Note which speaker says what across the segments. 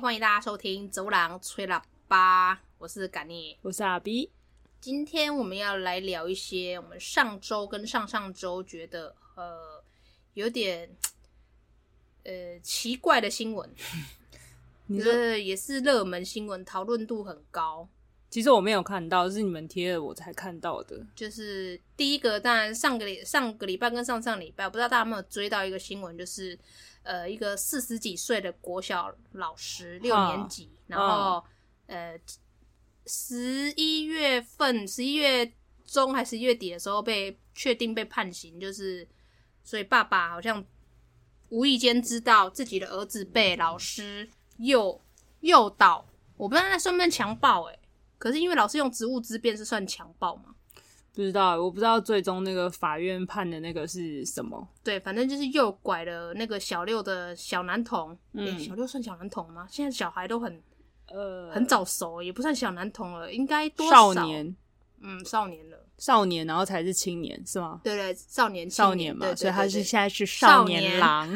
Speaker 1: 欢迎大家收听《走廊吹喇叭》，我是感念。
Speaker 2: 我是阿 B，
Speaker 1: 今天我们要来聊一些我们上周跟上上周觉得呃有点呃奇怪的新闻，
Speaker 2: 你说
Speaker 1: 这也是热门新闻，讨论度很高。
Speaker 2: 其实我没有看到，是你们贴了我才看到的。
Speaker 1: 就是第一个，当然上个礼上个礼拜跟上上礼拜，我不知道大家有没有追到一个新闻，就是呃，一个四十几岁的国小老师，六年级，然后、呃，十一月份，十一月中还是月底的时候被确定被判刑，就是所以爸爸好像无意间知道自己的儿子被老师诱诱导，我不知道那算不算强暴诶、欸可是因为老师用职务之便是算强暴嘛？
Speaker 2: 不知道，我不知道最终那个法院判的那个是什么。
Speaker 1: 对，反正就是诱拐了那个小六的小男童。嗯、
Speaker 2: 嗯
Speaker 1: 小六算小男童吗？现在小孩都很
Speaker 2: 呃，
Speaker 1: 很早熟，也不算小男童了，应该多少
Speaker 2: 少，年，
Speaker 1: 嗯，少年了。
Speaker 2: 少年，然后才是青年，是吗？
Speaker 1: 对对，少年青
Speaker 2: 少年嘛，
Speaker 1: 对对
Speaker 2: 所以他
Speaker 1: 对
Speaker 2: 是
Speaker 1: 对
Speaker 2: 现在是
Speaker 1: 少年
Speaker 2: 年 郎。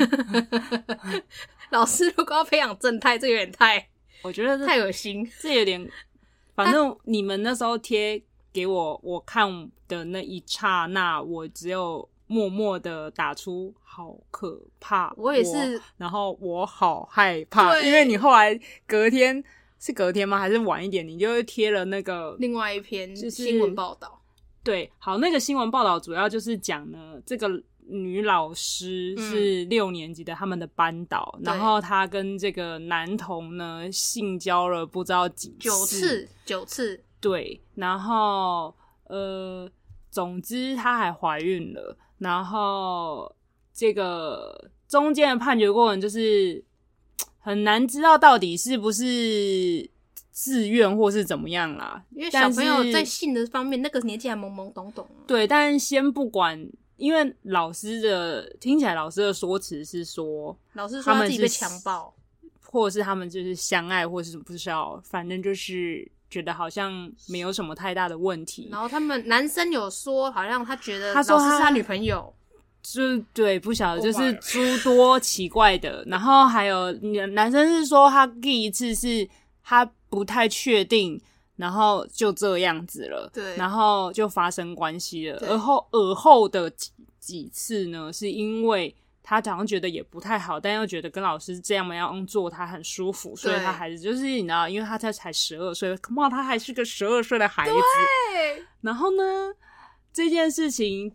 Speaker 1: 老师，如果要培养正太，这有点太
Speaker 2: 我觉得这
Speaker 1: 太恶心。
Speaker 2: 这有点，反正你们那时候贴给我我看的那一刹那，我只有默默的打出“好可怕”，
Speaker 1: 我也是，
Speaker 2: 然后我好害怕，
Speaker 1: 对
Speaker 2: 因为你后来隔天是隔天吗？还是晚一点？你就贴了那个
Speaker 1: 另外一篇
Speaker 2: 就是
Speaker 1: 新闻报道，
Speaker 2: 对，好，那个新闻报道主要就是讲呢，这个女老师
Speaker 1: 嗯
Speaker 2: 是六年级的他们的班导，
Speaker 1: 对
Speaker 2: 然后她跟这个男童呢性交了不知道几
Speaker 1: 九次九次，
Speaker 2: 对，然后呃，总之她还怀孕了，然后这个中间的判决过程就是嘖很难知道到底是不是自愿或是怎么样啦，
Speaker 1: 因为小朋友
Speaker 2: 但
Speaker 1: 在
Speaker 2: 是
Speaker 1: 性的方面，那个年纪还懵懵懂啊懂。
Speaker 2: 对，但先不管，因为老师的听起来老师的说辞是说，
Speaker 1: 老师说
Speaker 2: 他
Speaker 1: 他
Speaker 2: 们
Speaker 1: 自己被
Speaker 2: 是
Speaker 1: 强暴，
Speaker 2: 或者是他们就是相爱，或是不知道，反正就是觉得好像没有什么太大的问题。
Speaker 1: 然后他们男生有说，好像他觉得
Speaker 2: 他说
Speaker 1: 老师是
Speaker 2: 他
Speaker 1: 他女朋友。
Speaker 2: 就是对，不晓得，
Speaker 1: Oh my
Speaker 2: 就是诸多奇怪的。 然后还有男男生是说他第一次是他不太确定，然后就这样子了，
Speaker 1: 对
Speaker 2: 然后就发生关系了。
Speaker 1: 对
Speaker 2: 而后而后的几几次呢，是因为他好像觉得也不太好，但又觉得跟老师这样那样做他很舒服，所以
Speaker 1: 对
Speaker 2: 他还是就是你知道，因为他才才十二岁，哇，他还是个十二岁的孩子，
Speaker 1: 对，
Speaker 2: 然后呢，这件事情，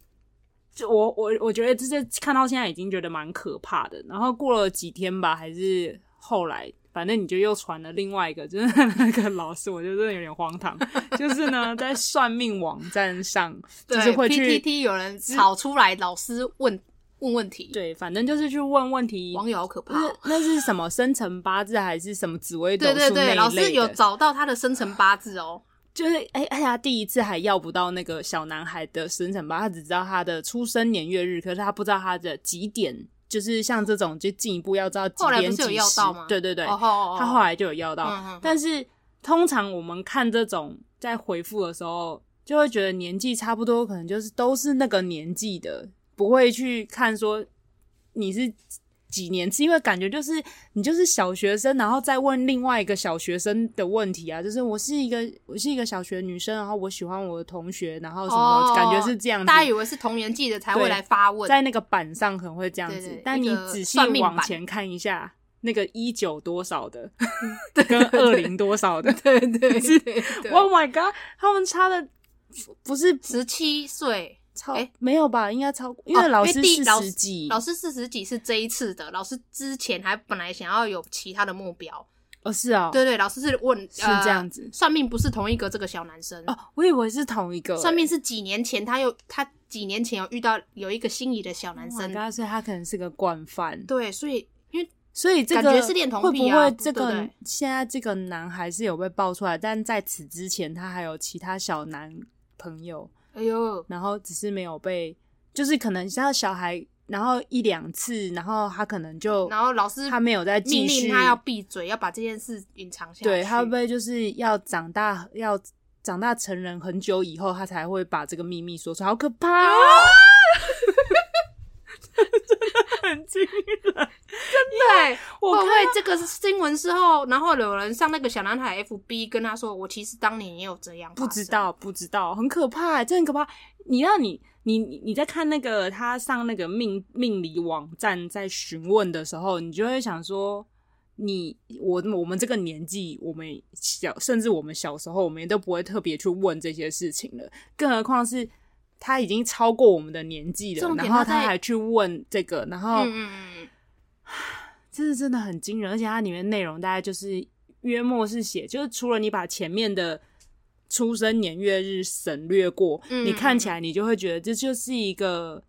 Speaker 2: 就我我我觉得这这看到现在已经觉得蛮可怕的。然后过了几天吧，还是后来，反正你就又传了另外一个，就是那个老师，我觉得真的有点荒唐。就是呢，在算命网站上，
Speaker 1: 对
Speaker 2: 就是会去
Speaker 1: PTT 有人炒出来，老师问问问题，
Speaker 2: 对，反正就是去问问题。
Speaker 1: 网友好可怕
Speaker 2: 那
Speaker 1: 哦、
Speaker 2: 是那是什么生辰八字还是什么紫微斗
Speaker 1: 对
Speaker 2: 数
Speaker 1: 对
Speaker 2: 那
Speaker 1: 对，
Speaker 2: 一
Speaker 1: 老师
Speaker 2: 类
Speaker 1: 有
Speaker 2: 的
Speaker 1: 找到他的生辰八字哦，
Speaker 2: 就是哎哎呀，第一次还要不到那个小男孩的生辰八，他只知道他的出生年月日，可是他不知道他的几点，就是像这种就进一步要知道几
Speaker 1: 后来
Speaker 2: 点
Speaker 1: 不是
Speaker 2: 几
Speaker 1: 有
Speaker 2: 时。
Speaker 1: 要到吗
Speaker 2: 对对对，
Speaker 1: 哦吼哦，
Speaker 2: 他后来就有要到。
Speaker 1: 嗯嗯嗯
Speaker 2: 但是通常我们看这种在回复的时候，就会觉得年纪差不多，可能就是都是那个年纪的，不会去看说你是几年次，因为感觉就是你就是小学生，然后再问另外一个小学生的问题啊，就是我是一个我是一个小学女生，然后我喜欢我的同学，然后什么、
Speaker 1: 哦
Speaker 2: 感觉是这样子。
Speaker 1: 大家以为是同年纪的才会
Speaker 2: 对
Speaker 1: 来发问，
Speaker 2: 在那个板上可能会这样子，
Speaker 1: 对对
Speaker 2: 但
Speaker 1: 一
Speaker 2: 你
Speaker 1: 个
Speaker 2: 仔细
Speaker 1: 算命
Speaker 2: 往
Speaker 1: 板
Speaker 2: 前看一下，那个一九多 少的，跟二零多少的
Speaker 1: 对对
Speaker 2: 是
Speaker 1: 对 对
Speaker 2: ，Oh my god，他们差的不是
Speaker 1: 十七岁，
Speaker 2: 超、
Speaker 1: 诶
Speaker 2: 没有吧？应该超过，因
Speaker 1: 哦
Speaker 2: 为老
Speaker 1: 因为
Speaker 2: 师
Speaker 1: 第
Speaker 2: 四
Speaker 1: 老
Speaker 2: 十几，
Speaker 1: 老师四十几是这一次的，老师之前还本来想要有其他的目标，
Speaker 2: 哦是哦，
Speaker 1: 对对，老师是问
Speaker 2: 是这样，子
Speaker 1: 呃算命不是同一个这个小男生
Speaker 2: 哦，我以为是同一个、欸
Speaker 1: 算命是几年前他有他几年前有遇到有一个心仪的小男
Speaker 2: 生
Speaker 1: 生，
Speaker 2: ，Oh 所以他可能是个惯犯，
Speaker 1: 对，所以因为
Speaker 2: 所以这个
Speaker 1: 感觉是恋童
Speaker 2: 会
Speaker 1: 癖
Speaker 2: 不
Speaker 1: 啊
Speaker 2: 会这
Speaker 1: 对
Speaker 2: 个
Speaker 1: 不对
Speaker 2: 现在这个男孩是有被爆出来，但在此之前他还有其他小男朋友。
Speaker 1: 哎呦，
Speaker 2: 然后只是没有被，就是可能像小孩，然后一两次，然后他可能就
Speaker 1: 然后老师
Speaker 2: 他没有再继
Speaker 1: 命
Speaker 2: 续，
Speaker 1: 令他要闭嘴，要把这件事隐藏下去。
Speaker 2: 对他会不会就是要长大，要长大成人很久以后，他才会把这个秘密说出来，好可怕、哦！
Speaker 1: 啊
Speaker 2: 真的很惊人，真的
Speaker 1: 对，
Speaker 2: 我
Speaker 1: 会
Speaker 2: 看
Speaker 1: 不会这个新闻之后，然后有人上那个小男孩 FB 跟他说，我其实当年也有这样，
Speaker 2: 不知，道，不知道，很可怕、欸这很可怕。你让你你你你在看那个他上那个命命理网站在询问的时候，你就会想说，你我我们这个年纪，我们小甚至我们小时候，我们也都不会特别去问这些事情了，更何况是。他已经超过我们的年纪了，
Speaker 1: 重点
Speaker 2: 然后
Speaker 1: 他在
Speaker 2: 他还去问这个，然后
Speaker 1: 嗯嗯嗯，
Speaker 2: 这是真的很惊人，而且它里面内容大概就是约莫是写，就是除了你把前面的出生年月日省略过，
Speaker 1: 嗯
Speaker 2: 你看起来你就会觉得这就是一个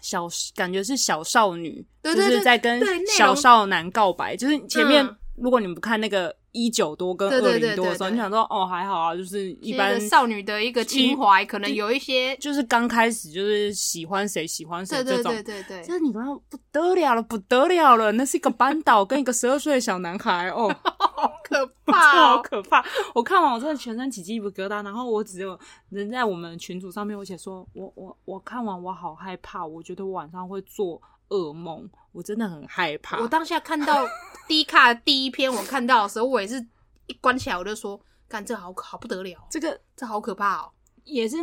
Speaker 2: 小，感觉是小少女，
Speaker 1: 对对对
Speaker 2: 就是在跟
Speaker 1: 对内容
Speaker 2: 小少男告白，就是前面、
Speaker 1: 嗯
Speaker 2: 如果你不看那个一九多跟
Speaker 1: 对
Speaker 2: 二
Speaker 1: 对对
Speaker 2: 零多的时
Speaker 1: 对
Speaker 2: 候，
Speaker 1: 对
Speaker 2: 你想说哦还好啊，就是一般
Speaker 1: 是个少女的一个情怀，可能有一些，
Speaker 2: 就是刚开始就是喜欢谁喜欢谁
Speaker 1: 对
Speaker 2: 这种，
Speaker 1: 对对对对，
Speaker 2: 这你妈不得了了，不得了了！那是一个班导跟一个十二岁的小男 孩哦，
Speaker 1: 好可
Speaker 2: 这
Speaker 1: 怕
Speaker 2: 好
Speaker 1: 哦，
Speaker 2: 可怕！我看完我真的全身起鸡皮疙瘩，然后我只有人在我们群组上面，我写说，我我我看完我好害怕，我觉得我晚上会做噩梦，我真的很害怕。
Speaker 1: 我当下看到 D 卡第一篇，我看到的时候，我也是一关起来我就说，干这好好不得了，
Speaker 2: 这个
Speaker 1: 这好可怕哦，
Speaker 2: 也是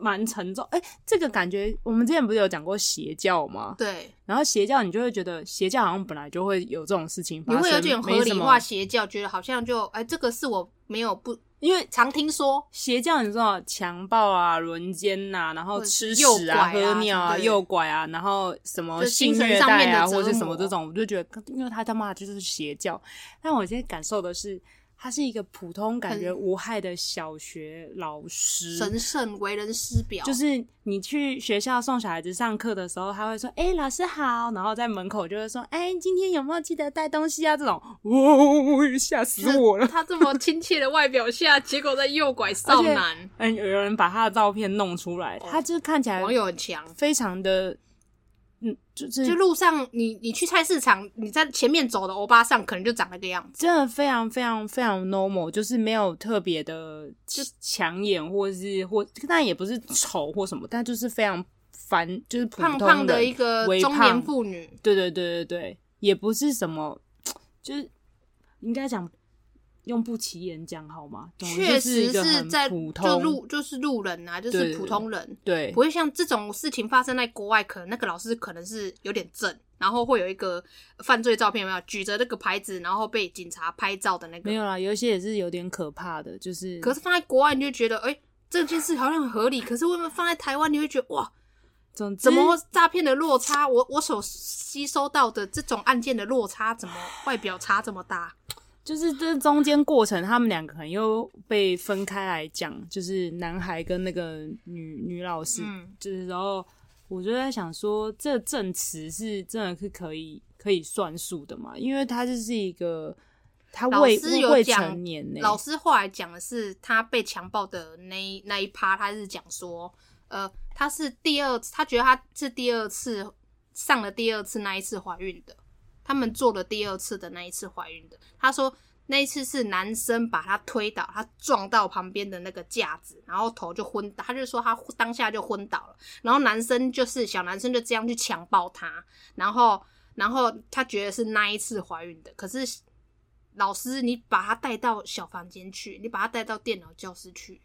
Speaker 2: 蛮沉重，哎、这个感觉我们之前不是有讲过邪教吗？
Speaker 1: 对，
Speaker 2: 然后邪教你就会觉得邪教好像本来就会有这种事情发
Speaker 1: 你
Speaker 2: 生，
Speaker 1: 会有点
Speaker 2: 没
Speaker 1: 合理
Speaker 2: 什么
Speaker 1: 化邪教，觉得好像就哎，这个是我没有不
Speaker 2: 因为
Speaker 1: 常听说，
Speaker 2: 邪教，你知道强暴啊、轮奸呐、然后吃
Speaker 1: 或者是
Speaker 2: 屎
Speaker 1: 诱拐啊
Speaker 2: 喝尿啊、
Speaker 1: 什么的
Speaker 2: 诱拐啊，然后什么
Speaker 1: 就
Speaker 2: 性
Speaker 1: 精
Speaker 2: 虐
Speaker 1: 神上
Speaker 2: 待
Speaker 1: 面的
Speaker 2: 啊，
Speaker 1: 折磨
Speaker 2: 或者是什么这种，我就觉得，因为他他妈的就是邪教。但我今天感受的是，他是一个普通感觉
Speaker 1: 很
Speaker 2: 无害的小学老师，
Speaker 1: 神圣为人师表，
Speaker 2: 嗯就是你去学校送小孩子上课的时候，他会说：“哎、老师好。”然后在门口就会说：“哎、今天有没有记得带东西啊？”这种， 哇、吓死我 了！
Speaker 1: 他这么亲切的外表下， 结果在诱拐少男，
Speaker 2: 嗯，有人把他的照片弄出来，他就是看起来
Speaker 1: 网友很强。
Speaker 2: 非常的，嗯，就是
Speaker 1: 就路上你你去菜市场，你在前面走的欧巴上可能就长那个样子，
Speaker 2: 真的非常非常非常 normal，就是没有特别的就抢眼或是或，但也不是丑或什么，但就是非常凡，就是普
Speaker 1: 胖
Speaker 2: 通
Speaker 1: 胖的
Speaker 2: 人
Speaker 1: 一个
Speaker 2: 微
Speaker 1: 中
Speaker 2: 胖
Speaker 1: 年妇女，
Speaker 2: 对对对对对，也不是什么，就是应该讲用不起眼讲好吗？总之
Speaker 1: 确
Speaker 2: 就是
Speaker 1: 实
Speaker 2: 一个很
Speaker 1: 在
Speaker 2: 普
Speaker 1: 就
Speaker 2: 通
Speaker 1: 路就是路人啊，就
Speaker 2: 对
Speaker 1: 是
Speaker 2: 对
Speaker 1: 普通人，
Speaker 2: 对
Speaker 1: 不会像这种事情发生在国外，可能那个老师可能是有点正，然后会有一个犯罪照片，有没有举着那个牌子，然后被警察拍照的那个
Speaker 2: 没，有啦，有一些也是有点可怕的，就是
Speaker 1: 可是放在国外你就觉得，哎、这件事好像很合理，可是为什么放在台湾你会觉得哇，
Speaker 2: 总之
Speaker 1: 怎么诈骗的落差？我我所吸收到的这种案件的落差，怎么外表差这么大？
Speaker 2: 就是这中间过程，他们两个可能又被分开来讲，就是男孩跟那个女女老师，
Speaker 1: 嗯
Speaker 2: 就是然后我就在想说，这证词是真的是可以可以算数的嘛？因为他就是一个他
Speaker 1: 老
Speaker 2: 未
Speaker 1: 师有
Speaker 2: 未
Speaker 1: 讲
Speaker 2: 成年呢、
Speaker 1: 老师后来讲的是，他被强暴的那一那一趴，他是讲说，呃，他是第二，他觉得他是第二次上了第二次那一次怀孕的，他们做了第二次的那一次怀孕的。他说那一次是男生把他推倒，他撞到旁边的那个架子，然后头就昏倒，他就说他当下就昏倒了。然后男生就是小男生就这样去强暴她，然后然后她觉得是那一次怀孕的，可是老师你把她带到小房间去，你把她带到电脑教室去，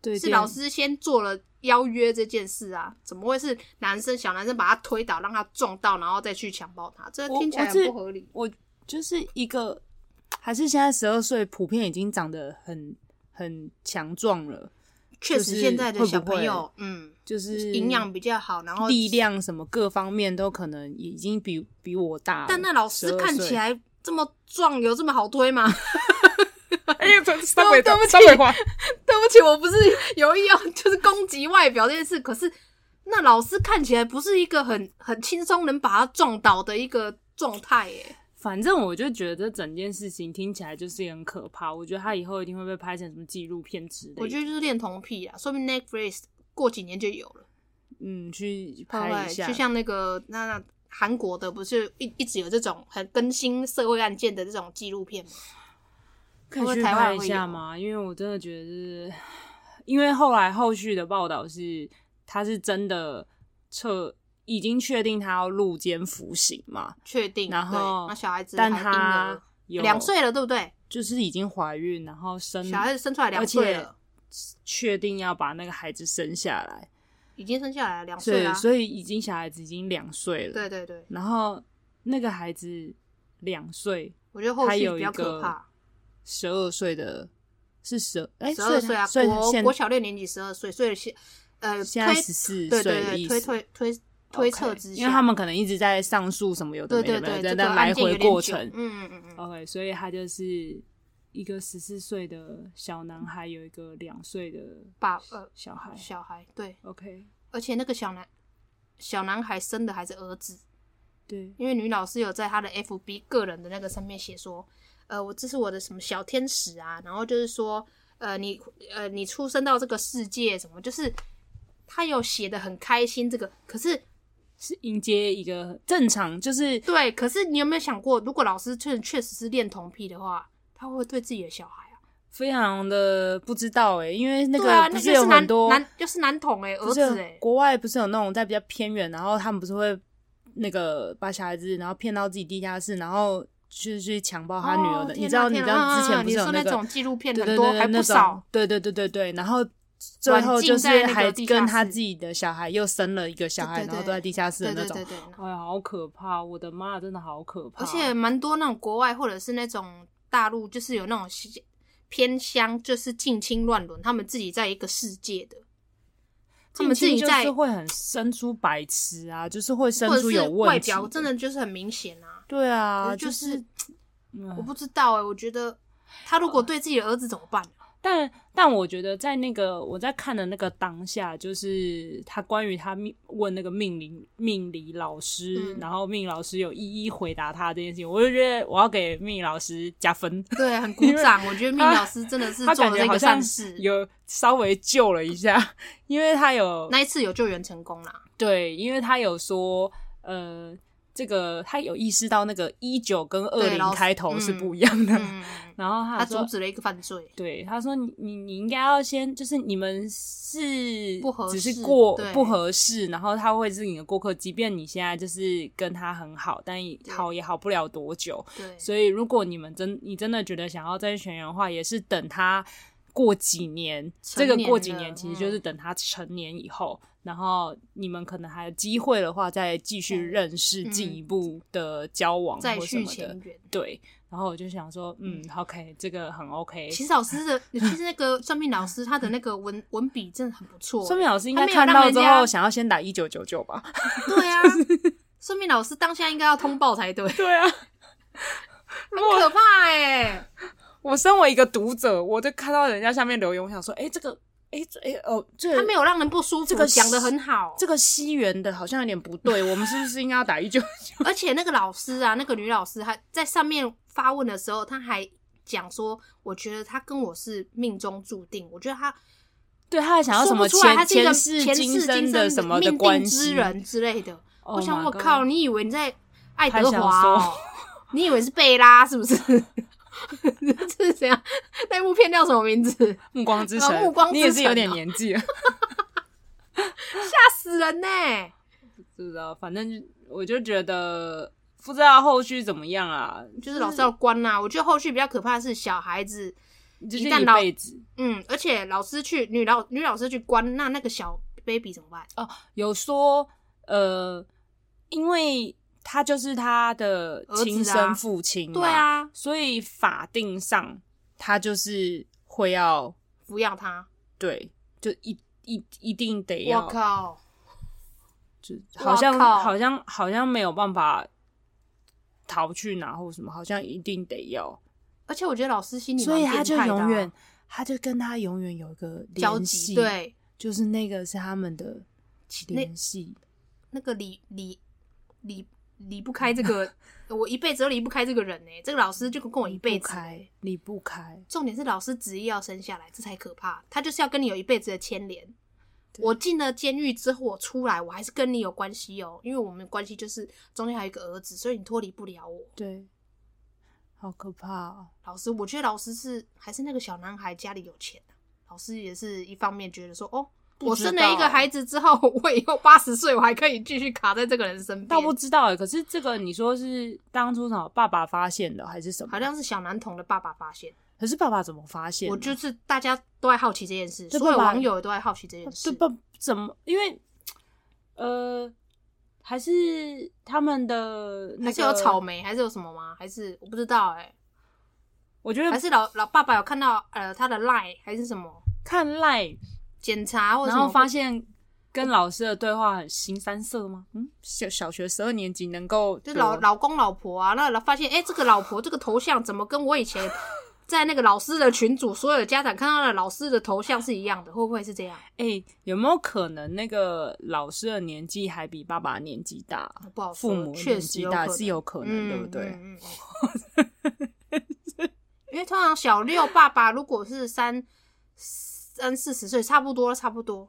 Speaker 2: 对
Speaker 1: 是老，师先做了邀约这件事啊，怎么会是男生小男生把她推倒，让她撞到，然后再去强暴她？这
Speaker 2: 我
Speaker 1: 听起来
Speaker 2: 我
Speaker 1: 很
Speaker 2: 是
Speaker 1: 不合理。
Speaker 2: 我就是一个还是现在十二岁，普遍已经长得很很强壮了，
Speaker 1: 确
Speaker 2: 就
Speaker 1: 实，
Speaker 2: 是
Speaker 1: 现在的
Speaker 2: 会不
Speaker 1: 小朋友，
Speaker 2: 会
Speaker 1: 嗯，
Speaker 2: 就是
Speaker 1: 营养比较好，然后
Speaker 2: 力量什么各方面都可能已经比比我大了。
Speaker 1: 但那老师
Speaker 2: 12
Speaker 1: 看
Speaker 2: 岁
Speaker 1: 起来这么壮，有这么好推吗？
Speaker 2: 哎 呀，这三
Speaker 1: 对对不起
Speaker 2: 三尾 花，
Speaker 1: 对不起，我不是有意要就是攻击外表这件事，可是那老师看起来不是一个很很轻松能把他撞倒的一个状态耶。
Speaker 2: 反正我就觉得整件事情听起来就是也很可怕。我觉得他以后一定会被拍成什么纪录片之类的。
Speaker 1: 我觉得就是恋童癖啊，说明 Netflix 过几年就有了，
Speaker 2: 嗯，去
Speaker 1: 对不
Speaker 2: 拍一
Speaker 1: 对
Speaker 2: 下，
Speaker 1: 就像那个那那韩国的不是一一直有这种很更新社会案件的这种纪录片吗？
Speaker 2: 可以去
Speaker 1: 台湾
Speaker 2: 拍一
Speaker 1: 会
Speaker 2: 下
Speaker 1: 有
Speaker 2: 吗？因为我真的觉得是，因为后来后续的报道是，他是真的撤已经确定他要入监服刑嘛，
Speaker 1: 确定。
Speaker 2: 然后
Speaker 1: 对那小孩子还
Speaker 2: 但
Speaker 1: 婴
Speaker 2: 他
Speaker 1: 儿
Speaker 2: 有
Speaker 1: 两，岁了，对不对？
Speaker 2: 就是已经怀孕，然后生
Speaker 1: 小孩子生出来两
Speaker 2: 而
Speaker 1: 岁
Speaker 2: 且
Speaker 1: 了，
Speaker 2: 确定要把那个孩子生下来，
Speaker 1: 已经生下来了两岁
Speaker 2: 对，
Speaker 1: 啦。
Speaker 2: 所以已经小孩子已经两岁了，
Speaker 1: 对对对，
Speaker 2: 然后那个孩子两岁，
Speaker 1: 我觉得后
Speaker 2: 他
Speaker 1: 续
Speaker 2: 有
Speaker 1: 比
Speaker 2: 一
Speaker 1: 较可
Speaker 2: 个
Speaker 1: 怕。
Speaker 2: 十二岁的，是十哎
Speaker 1: 十二
Speaker 2: 所
Speaker 1: 岁
Speaker 2: 以
Speaker 1: 啊，
Speaker 2: 他所以他
Speaker 1: 国
Speaker 2: 现
Speaker 1: 国小六年级十二岁，所以现呃
Speaker 2: 现在
Speaker 1: 推
Speaker 2: 十四
Speaker 1: 对
Speaker 2: 岁
Speaker 1: 对
Speaker 2: 的
Speaker 1: 对
Speaker 2: 意
Speaker 1: 推
Speaker 2: 思。
Speaker 1: 推推推测
Speaker 2: OK，
Speaker 1: 之下，
Speaker 2: 因为他们可能一直在上诉什么有的
Speaker 1: 对
Speaker 2: 没的
Speaker 1: 对对
Speaker 2: 没的，在
Speaker 1: 这
Speaker 2: 在
Speaker 1: 个
Speaker 2: 来
Speaker 1: 案件有
Speaker 2: 回
Speaker 1: 点
Speaker 2: 过
Speaker 1: 久
Speaker 2: 程
Speaker 1: 嗯。嗯嗯嗯，
Speaker 2: OK，所以他就是一个十四岁的小男孩，有一个两岁的
Speaker 1: 爸呃
Speaker 2: 小孩。
Speaker 1: 小孩对，
Speaker 2: OK，
Speaker 1: 而且那个小男小男孩生的还是儿子，
Speaker 2: 对，
Speaker 1: 因为女老师有在她的 FB 个人的那个上面写说，呃，我这是我的什么小天使啊，然后就是说，呃，你呃你出生到这个世界什么，就是她有写的很开心这个，可是
Speaker 2: 是迎接一个正常，就是
Speaker 1: 对，可是你有没有想过，如果老师确确实是恋童癖的话，他会不会对自己的小孩啊？
Speaker 2: 非常的不知道哎、因为那
Speaker 1: 对啊，
Speaker 2: 个不
Speaker 1: 那
Speaker 2: 是
Speaker 1: 就
Speaker 2: 有
Speaker 1: 男
Speaker 2: 很多
Speaker 1: 男就是男童哎、儿
Speaker 2: 不
Speaker 1: 子
Speaker 2: 是
Speaker 1: 哎、
Speaker 2: 国外不是有那种在比较偏远，然后他们不是会那个把小孩子然后骗到自己地下室，然然后就是去强暴他女儿的。
Speaker 1: 哦
Speaker 2: 你
Speaker 1: 天
Speaker 2: 知
Speaker 1: 哪
Speaker 2: 道你
Speaker 1: 天
Speaker 2: 知
Speaker 1: 哪
Speaker 2: 道之
Speaker 1: 啊啊
Speaker 2: 前
Speaker 1: 啊
Speaker 2: 不是
Speaker 1: 你
Speaker 2: 有
Speaker 1: 说
Speaker 2: 那个
Speaker 1: 种纪录片
Speaker 2: 对
Speaker 1: 很
Speaker 2: 对
Speaker 1: 多
Speaker 2: 对
Speaker 1: 还
Speaker 2: 那
Speaker 1: 不
Speaker 2: 种
Speaker 1: 少，
Speaker 2: 对对对对对，然后。最后
Speaker 1: 软禁
Speaker 2: 就
Speaker 1: 在
Speaker 2: 是
Speaker 1: 那个
Speaker 2: 还
Speaker 1: 地下
Speaker 2: 跟他
Speaker 1: 室
Speaker 2: 自己的小孩又生了一个小孩，
Speaker 1: 对对
Speaker 2: 然后
Speaker 1: 对
Speaker 2: 都在地下室的
Speaker 1: 对
Speaker 2: 那
Speaker 1: 对对，
Speaker 2: 种
Speaker 1: 对。
Speaker 2: 哎呀，好可怕！我的妈，真的好可怕。
Speaker 1: 而且蛮多那种国外或者是那种大陆，就是有那种西偏乡，就是近亲乱伦，他们自己在一个世界的，他们自己
Speaker 2: 近亲
Speaker 1: 在
Speaker 2: 就是会很生出白痴啊，就是会生
Speaker 1: 或者
Speaker 2: 出
Speaker 1: 是
Speaker 2: 有问
Speaker 1: 外
Speaker 2: 题。
Speaker 1: 表真的就是很明显啊。
Speaker 2: 对
Speaker 1: 可
Speaker 2: 啊，
Speaker 1: 是就是是
Speaker 2: 嗯
Speaker 1: 我不知道哎、我觉得他如果对自己的儿子怎么办？啊
Speaker 2: 但但我觉得在那个我在看的那个当下，就是他关于他命问那个命理命理老师，
Speaker 1: 嗯
Speaker 2: 然后命理老师有一一回答他这件事情，我就觉得我要给命理老师加分，
Speaker 1: 对，很鼓掌。我觉得命老师真的是
Speaker 2: 他
Speaker 1: 做
Speaker 2: 感
Speaker 1: 了
Speaker 2: 觉
Speaker 1: 这
Speaker 2: 好
Speaker 1: 个
Speaker 2: 像
Speaker 1: 善事，
Speaker 2: 有稍微救了一下，因为他有
Speaker 1: 那一次有救援成功啦。
Speaker 2: 对，因为他有说呃。这个他有意识到那个一九跟二
Speaker 1: 对
Speaker 2: 零
Speaker 1: 老师
Speaker 2: 开头是
Speaker 1: 嗯
Speaker 2: 不一样 的，
Speaker 1: 嗯，
Speaker 2: 然后
Speaker 1: 他
Speaker 2: 他有说
Speaker 1: 阻止了一个犯罪。
Speaker 2: 对，他说你你你应该要先，就是你们是
Speaker 1: 不合
Speaker 2: 只
Speaker 1: 适
Speaker 2: 是过
Speaker 1: 对
Speaker 2: 不合适，然后他会是你的过客，即便你现在就是跟他很好，但也
Speaker 1: 对
Speaker 2: 好也好不了多久。
Speaker 1: 对，
Speaker 2: 所以如果你们真你真的觉得想要再去全员的话，也是等他过几年，
Speaker 1: 成
Speaker 2: 这个
Speaker 1: 年
Speaker 2: 过几
Speaker 1: 了
Speaker 2: 年其
Speaker 1: 嗯
Speaker 2: 实就是等他成年以后，然后你们可能还有机会的话，再继续
Speaker 1: 对
Speaker 2: 认识，进
Speaker 1: 嗯
Speaker 2: 一步的交往
Speaker 1: 再
Speaker 2: 或什
Speaker 1: 续
Speaker 2: 么的
Speaker 1: 前。缘。
Speaker 2: 对，然后我就想说，嗯，OK，这个很 OK。
Speaker 1: 其实老师 的，其实那个算命老师他的那个文文笔真的很不错欸。
Speaker 2: 说明老师应
Speaker 1: 他
Speaker 2: 该
Speaker 1: 没有
Speaker 2: 看
Speaker 1: 让
Speaker 2: 到
Speaker 1: 人
Speaker 2: 之
Speaker 1: 家
Speaker 2: 后，想要先打一九九九吧？
Speaker 1: 对啊，说明老师当下应该要通报 才对，很
Speaker 2: 对啊，
Speaker 1: 可怕哎、 欸！
Speaker 2: 我身为一个读者，我就看到人家下面留言，我想说，哎、这个，哎、这，哎、哦，这
Speaker 1: 他没有让人不舒服，
Speaker 2: 这个
Speaker 1: 讲的很好。
Speaker 2: 这个西元的好像有点不 对，我们是不是应该要打一九九？
Speaker 1: 而且那个老师啊，那个女老师还在上面发问的时候，她还讲说，我觉得她跟我是命中注定，我觉得她
Speaker 2: 对，他还想要什
Speaker 1: 说
Speaker 2: 么
Speaker 1: 不出来，她
Speaker 2: 前
Speaker 1: 是一个前
Speaker 2: 世今
Speaker 1: 生
Speaker 2: 的什么的
Speaker 1: 命定
Speaker 2: 关
Speaker 1: 之
Speaker 2: 系？
Speaker 1: 人之类的。
Speaker 2: Oh
Speaker 1: 我想，
Speaker 2: my
Speaker 1: 我
Speaker 2: God
Speaker 1: 靠，你以为你在爱德华、
Speaker 2: 他想
Speaker 1: 哦
Speaker 2: 说？
Speaker 1: 你以为是贝拉是不 是？这是怎样？那部片叫什么名字？
Speaker 2: 呃暮光之
Speaker 1: 啊
Speaker 2: 城，
Speaker 1: 暮光之
Speaker 2: 你也是有
Speaker 1: 城
Speaker 2: 点
Speaker 1: 哦
Speaker 2: 年纪了，啊
Speaker 1: 吓死人呢、
Speaker 2: 不知道，反正就我就觉得不知道后续怎么样啊，
Speaker 1: 就是老师要关啦、我觉得后续比较可怕的是小孩子，
Speaker 2: 就是
Speaker 1: 一旦
Speaker 2: 一
Speaker 1: 老
Speaker 2: 辈子。
Speaker 1: 嗯，而且老师去女老女老师去关，那那个小 baby 怎么办？
Speaker 2: 有说，呃，因为他就是他的
Speaker 1: 儿子啊
Speaker 2: 亲生父亲、
Speaker 1: 对，啊，
Speaker 2: 所以法定上他就是会要
Speaker 1: 抚养他。
Speaker 2: 对，就一一一定得
Speaker 1: 我
Speaker 2: 要，
Speaker 1: 靠，
Speaker 2: 就好像
Speaker 1: 我靠
Speaker 2: 好像好像没有办法逃去哪或什么，好像一定得要，
Speaker 1: 而且我觉得老师心里蛮
Speaker 2: 所以他就
Speaker 1: 变态的啊
Speaker 2: 永远，他就跟他永远有一个
Speaker 1: 交
Speaker 2: 联
Speaker 1: 集，
Speaker 2: 系，，
Speaker 1: 对，
Speaker 2: 就是那个是他们的
Speaker 1: 那
Speaker 2: 联系。
Speaker 1: 那个离离离离不开这个，我一辈子都离不开这个人呢、这个老师就跟我一辈
Speaker 2: 不
Speaker 1: 子。
Speaker 2: 开，离不开，
Speaker 1: 重点是老师执意要生下来，这才可怕。他就是要跟你有一辈子的牵连。
Speaker 2: 对
Speaker 1: 我进了监狱之后，我出来，我还是跟你有关系哦，因为我们关系就是中间还有一个儿子，所以你脱离不了我。
Speaker 2: 对，好可怕、哦。
Speaker 1: 老师，我觉得老师是还是那个小男孩家里有钱啊、老师也是一方面觉得说，哦，我生了一个孩子之后，我以后八十岁我还可以继续卡在这个人身边
Speaker 2: 倒，不知道哎、可是这个你说是当初什么爸爸发现的还是什么
Speaker 1: 好？像是小男童的爸爸发现。
Speaker 2: 可是爸爸怎么发现呢？
Speaker 1: 我就是大家都在好奇这件事，
Speaker 2: 对
Speaker 1: 所有
Speaker 2: 爸爸
Speaker 1: 网友也都在好奇这件事
Speaker 2: 对。不？怎么？因为呃，还是他们的那
Speaker 1: 还
Speaker 2: 个
Speaker 1: 是有草，莓，还是有什么吗？还是我不知道哎、
Speaker 2: 我觉
Speaker 1: 还
Speaker 2: 得
Speaker 1: 是老老爸爸有看到呃他的 line 还是什么
Speaker 2: 看赖，
Speaker 1: 检查或者
Speaker 2: 然
Speaker 1: 什么
Speaker 2: 后发现跟老师的对话很新三色吗？嗯，小小学十二年级能够
Speaker 1: 就老
Speaker 2: 有
Speaker 1: 老公老婆啊，那老发现哎、诶这个老婆这个头像怎么跟我以 前在那个老师的群组所有的家长看到的老师的头像是一样的，会不会是这样？
Speaker 2: 哎、有没有可能那个老师的年纪还比爸爸年纪大？
Speaker 1: 啊不好说
Speaker 2: 父母
Speaker 1: 确
Speaker 2: 年
Speaker 1: 实
Speaker 2: 纪
Speaker 1: 有
Speaker 2: 大
Speaker 1: 可
Speaker 2: 是
Speaker 1: 能
Speaker 2: 有可能，对不对？
Speaker 1: 嗯嗯嗯 因为通常小六爸爸如果是三三四十岁，差不多差不多。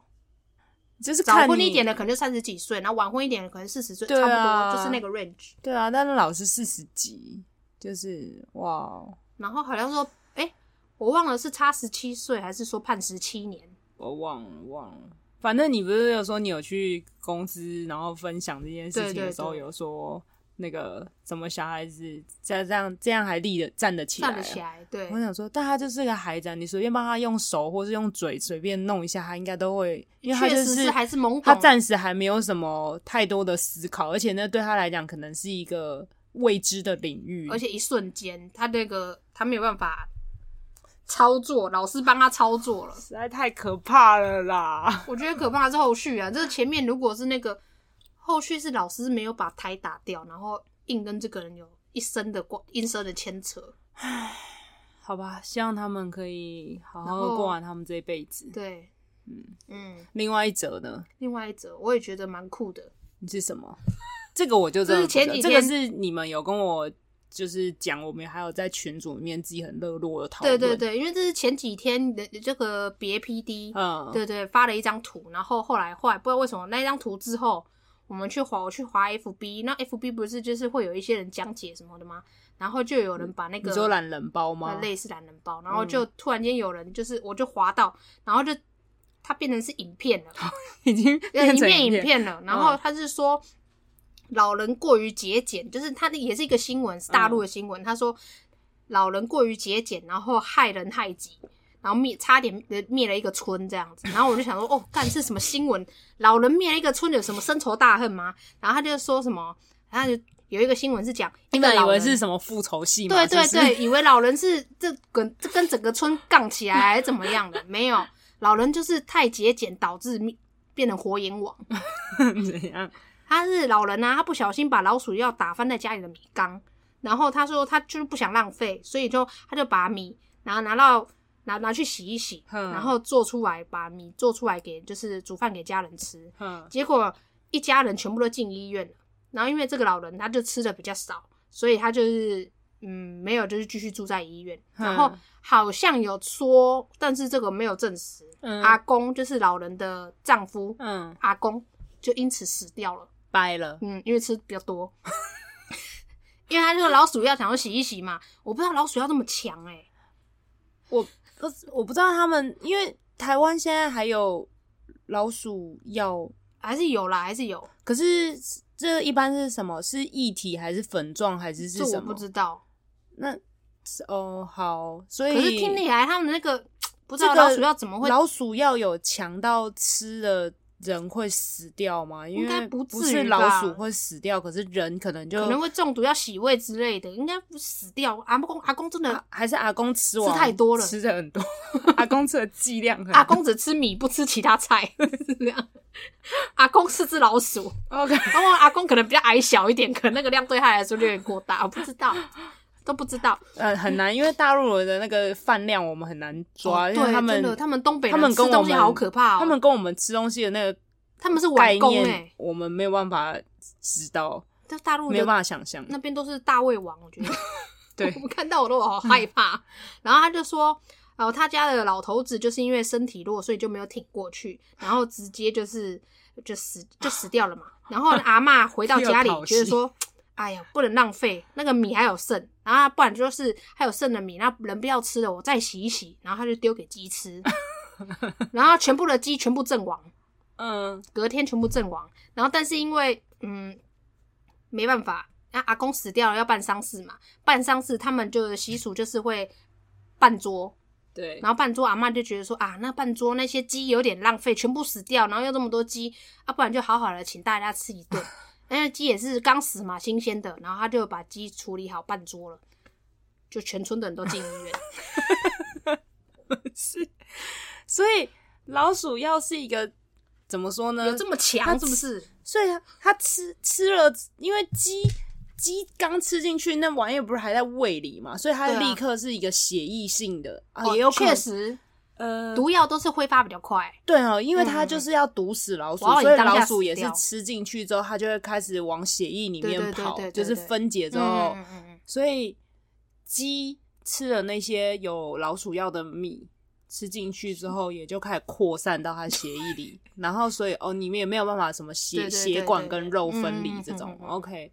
Speaker 2: 就是
Speaker 1: 早
Speaker 2: 看
Speaker 1: 婚
Speaker 2: 你
Speaker 1: 一点的可能就三十几岁，然后晚婚一点的可能四十岁，
Speaker 2: 对
Speaker 1: 差不
Speaker 2: 啊
Speaker 1: 多就是那个 range。
Speaker 2: 对啊，但是老师四十几，就是哇哦
Speaker 1: 然后好像说，哎、我忘了是差十七岁还是说判十七年。
Speaker 2: 我忘了忘了。反正你不是有说你有去公司，然后分享这件事
Speaker 1: 对
Speaker 2: 情
Speaker 1: 对
Speaker 2: 的时候，
Speaker 1: 对
Speaker 2: 有说那个怎么小孩子这这样这样还立得站得起来、
Speaker 1: 站
Speaker 2: 啊
Speaker 1: 得。起来，对
Speaker 2: 我，想说，但他就是个孩子、啊，你随便帮他用手或是用嘴随便弄一下，他应该都会，因为他
Speaker 1: 确
Speaker 2: 就
Speaker 1: 实是还是懵懂。
Speaker 2: 他暂时还没有什么太多的思考，而且那对他来讲可能是一个未知的领域，
Speaker 1: 而且一瞬间，他那个他没有办法操作，老师帮他操作了。
Speaker 2: 实在太可怕了啦！
Speaker 1: 我觉得可怕的是后续啊，这前面如果是那个后续是老师没有把胎打掉，然后硬跟这个人有一生的关一生的牵扯，
Speaker 2: 好吧，希望他们可以好好
Speaker 1: 然后
Speaker 2: 地过完他们这一辈子。
Speaker 1: 对，嗯嗯。
Speaker 2: 另外一则呢，
Speaker 1: 另外一则我也觉得蛮酷的，
Speaker 2: 是什么？ 这个我就真的
Speaker 1: 这是前
Speaker 2: 不知道
Speaker 1: 几
Speaker 2: 这个
Speaker 1: 天
Speaker 2: 是你们有跟我就是讲，我们还有在群组里面自己很热络的讨
Speaker 1: 对
Speaker 2: 论。
Speaker 1: 对，对，因为这是前几天的这个别 PD，、
Speaker 2: 嗯，
Speaker 1: 对对，发了一张图，然后后来后来不知道为什么那一张图之后，我们去划我去划 FB，那 FB 不是就是会有一些人讲解什么的吗？然后就有人把那
Speaker 2: 你
Speaker 1: 个
Speaker 2: 说懒人包
Speaker 1: 呃
Speaker 2: 吗？
Speaker 1: 类似懒人包，然后
Speaker 2: 嗯
Speaker 1: 就突然间有人就是我就滑到，然后就它变成是影片 了，
Speaker 2: 已经变
Speaker 1: 一
Speaker 2: 成
Speaker 1: 面影
Speaker 2: 片，嗯
Speaker 1: 片了，然后他是说。老人过于节俭，就是他也是一个新闻，是大陆的新
Speaker 2: 嗯
Speaker 1: 闻。他说老人过于节俭，然后害人害己，然后灭差点呃灭了一个村这样子。然后我就想说，哦，干是什么新闻？老人灭了一个村有什么深仇大恨吗？然后他就说什么，他就有一个新闻是讲，
Speaker 2: 你本来以为
Speaker 1: 一个老人
Speaker 2: 是什么复仇戏嘛？
Speaker 1: 对对
Speaker 2: 是不是
Speaker 1: 对，以为老人是这跟这跟整个村杠起来还是怎么样的？没有，老人就是太节俭导致灭变成活阎王。
Speaker 2: 怎样？
Speaker 1: 他是老人啊，他不小心把老鼠药打翻在家里的米缸，然后他说他就是不想浪费，所以就他就把米然后拿到拿拿去洗一洗，
Speaker 2: 嗯
Speaker 1: 然后做出来把米做出来给就是煮饭给家人吃，
Speaker 2: 嗯，
Speaker 1: 结果一家人全部都进医院了。然后因为这个老人他就吃的比较少，所以他就是嗯没有就是继续住在医院。
Speaker 2: 嗯
Speaker 1: 然后好像有说，但是这个没有证实。
Speaker 2: 嗯
Speaker 1: 阿公就是老人的丈夫，
Speaker 2: 嗯，
Speaker 1: 阿公就因此死掉了。
Speaker 2: 掰了。
Speaker 1: 嗯，因为吃比较 多，因为他这个老鼠药想要洗一洗嘛。我不知道老鼠药这么强哎、
Speaker 2: 我不是我不知道他们，因为台湾现在还有老鼠药，
Speaker 1: 还是有啦，还是有，
Speaker 2: 可是这一般是什么？是液体还是粉状还是
Speaker 1: 这
Speaker 2: 是
Speaker 1: 我
Speaker 2: 什
Speaker 1: 不
Speaker 2: 么？
Speaker 1: 知道。
Speaker 2: 那哦，好，所以
Speaker 1: 可是听起来他们那个不知道
Speaker 2: 这个
Speaker 1: 老鼠药怎么会
Speaker 2: 老鼠药有强到吃的人会死掉吗？因
Speaker 1: 应该
Speaker 2: 为
Speaker 1: 不
Speaker 2: 不
Speaker 1: 至
Speaker 2: 是
Speaker 1: 于
Speaker 2: 老
Speaker 1: 吧
Speaker 2: 鼠会死掉，可是人可能就
Speaker 1: 可能会中毒要洗胃之类的，应该不死掉。阿公阿公真的，
Speaker 2: 啊还是阿公吃完
Speaker 1: 太多了
Speaker 2: 吃 的很多，阿公吃的剂量很
Speaker 1: 阿公只吃米不吃其他菜， 是这样。阿公是只老鼠，
Speaker 2: OK
Speaker 1: 然后阿公可能比较矮小一点，可能那个量对他来说略过大，我不知道，都不知道。
Speaker 2: 呃很难，因为大陆人的那个饭量我们很难抓，
Speaker 1: 哦
Speaker 2: 因为
Speaker 1: 对，
Speaker 2: 他
Speaker 1: 真的，
Speaker 2: 们
Speaker 1: 他们东北
Speaker 2: 他
Speaker 1: 人
Speaker 2: 们
Speaker 1: 吃
Speaker 2: 跟我
Speaker 1: 东西
Speaker 2: 们
Speaker 1: 好可怕哦，
Speaker 2: 他们跟我们吃东西的那个
Speaker 1: 他们是
Speaker 2: 概
Speaker 1: 晚工哎、
Speaker 2: 念，我们没有办法知道，
Speaker 1: 但大陆
Speaker 2: 没有
Speaker 1: 的
Speaker 2: 办法想象。
Speaker 1: 那边都是大胃王，我觉得。
Speaker 2: 对嗯
Speaker 1: 我看到我都好害怕。然后他就说，哦，他家的老头子就是因为身体弱，所以就没有挺过去，然后直接就是就死就死掉了 嘛。然后阿嬷回到家里
Speaker 2: 又讨，喜
Speaker 1: 觉得说，哎呀，不能浪费那个米还有剩，啊然 后不然就是还有剩的米，那人不要吃了，我再洗一洗，然后他就丢给鸡吃。然后全部的鸡全部阵亡，
Speaker 2: 嗯，
Speaker 1: 隔天全部阵亡。然后但是因为嗯没办法，那阿公死掉了要办丧事嘛，办丧事他们就习俗就是会办桌，
Speaker 2: 对，
Speaker 1: 然后半桌阿嬷就觉得说啊，那半桌那些鸡有点浪费，全部死掉，然后又这么多鸡啊，不然就好好的请大家吃一顿， 因为鸡也是刚死嘛，新鲜的，然后他就把鸡处理好半桌了，就全村的人都进医 院。
Speaker 2: 是，所以老鼠药是一个怎么说呢？
Speaker 1: 有这么强是不是？
Speaker 2: 所以它它吃吃了，因为鸡鸡刚吃进去，那玩意儿不是还在胃里嘛，所以它
Speaker 1: 对啊
Speaker 2: 立刻是一个血液性的，啊
Speaker 1: 哦
Speaker 2: 也有可
Speaker 1: 确
Speaker 2: 能
Speaker 1: 实，
Speaker 2: 呃，
Speaker 1: 毒药都是挥发比较快，
Speaker 2: 对哦，因为它就是要毒死老鼠，
Speaker 1: 嗯嗯嗯
Speaker 2: 所以
Speaker 1: 哇你当下
Speaker 2: 老鼠也
Speaker 1: 死
Speaker 2: 是
Speaker 1: 掉
Speaker 2: 吃进去之后，它就会开始往血液里
Speaker 1: 对
Speaker 2: 面
Speaker 1: 对对
Speaker 2: 跑，
Speaker 1: 对对
Speaker 2: 就是
Speaker 1: 对
Speaker 2: 分解之
Speaker 1: 嗯
Speaker 2: 后，
Speaker 1: 嗯嗯嗯，
Speaker 2: 所以鸡吃了那些有老鼠药的米，吃进去之后也就开始扩散到它血液 里，然后所以哦，你们也没有办法什么血
Speaker 1: 对对对
Speaker 2: 血管跟肉分
Speaker 1: 嗯嗯
Speaker 2: 离
Speaker 1: 嗯
Speaker 2: 这种
Speaker 1: 嗯嗯
Speaker 2: ，OK，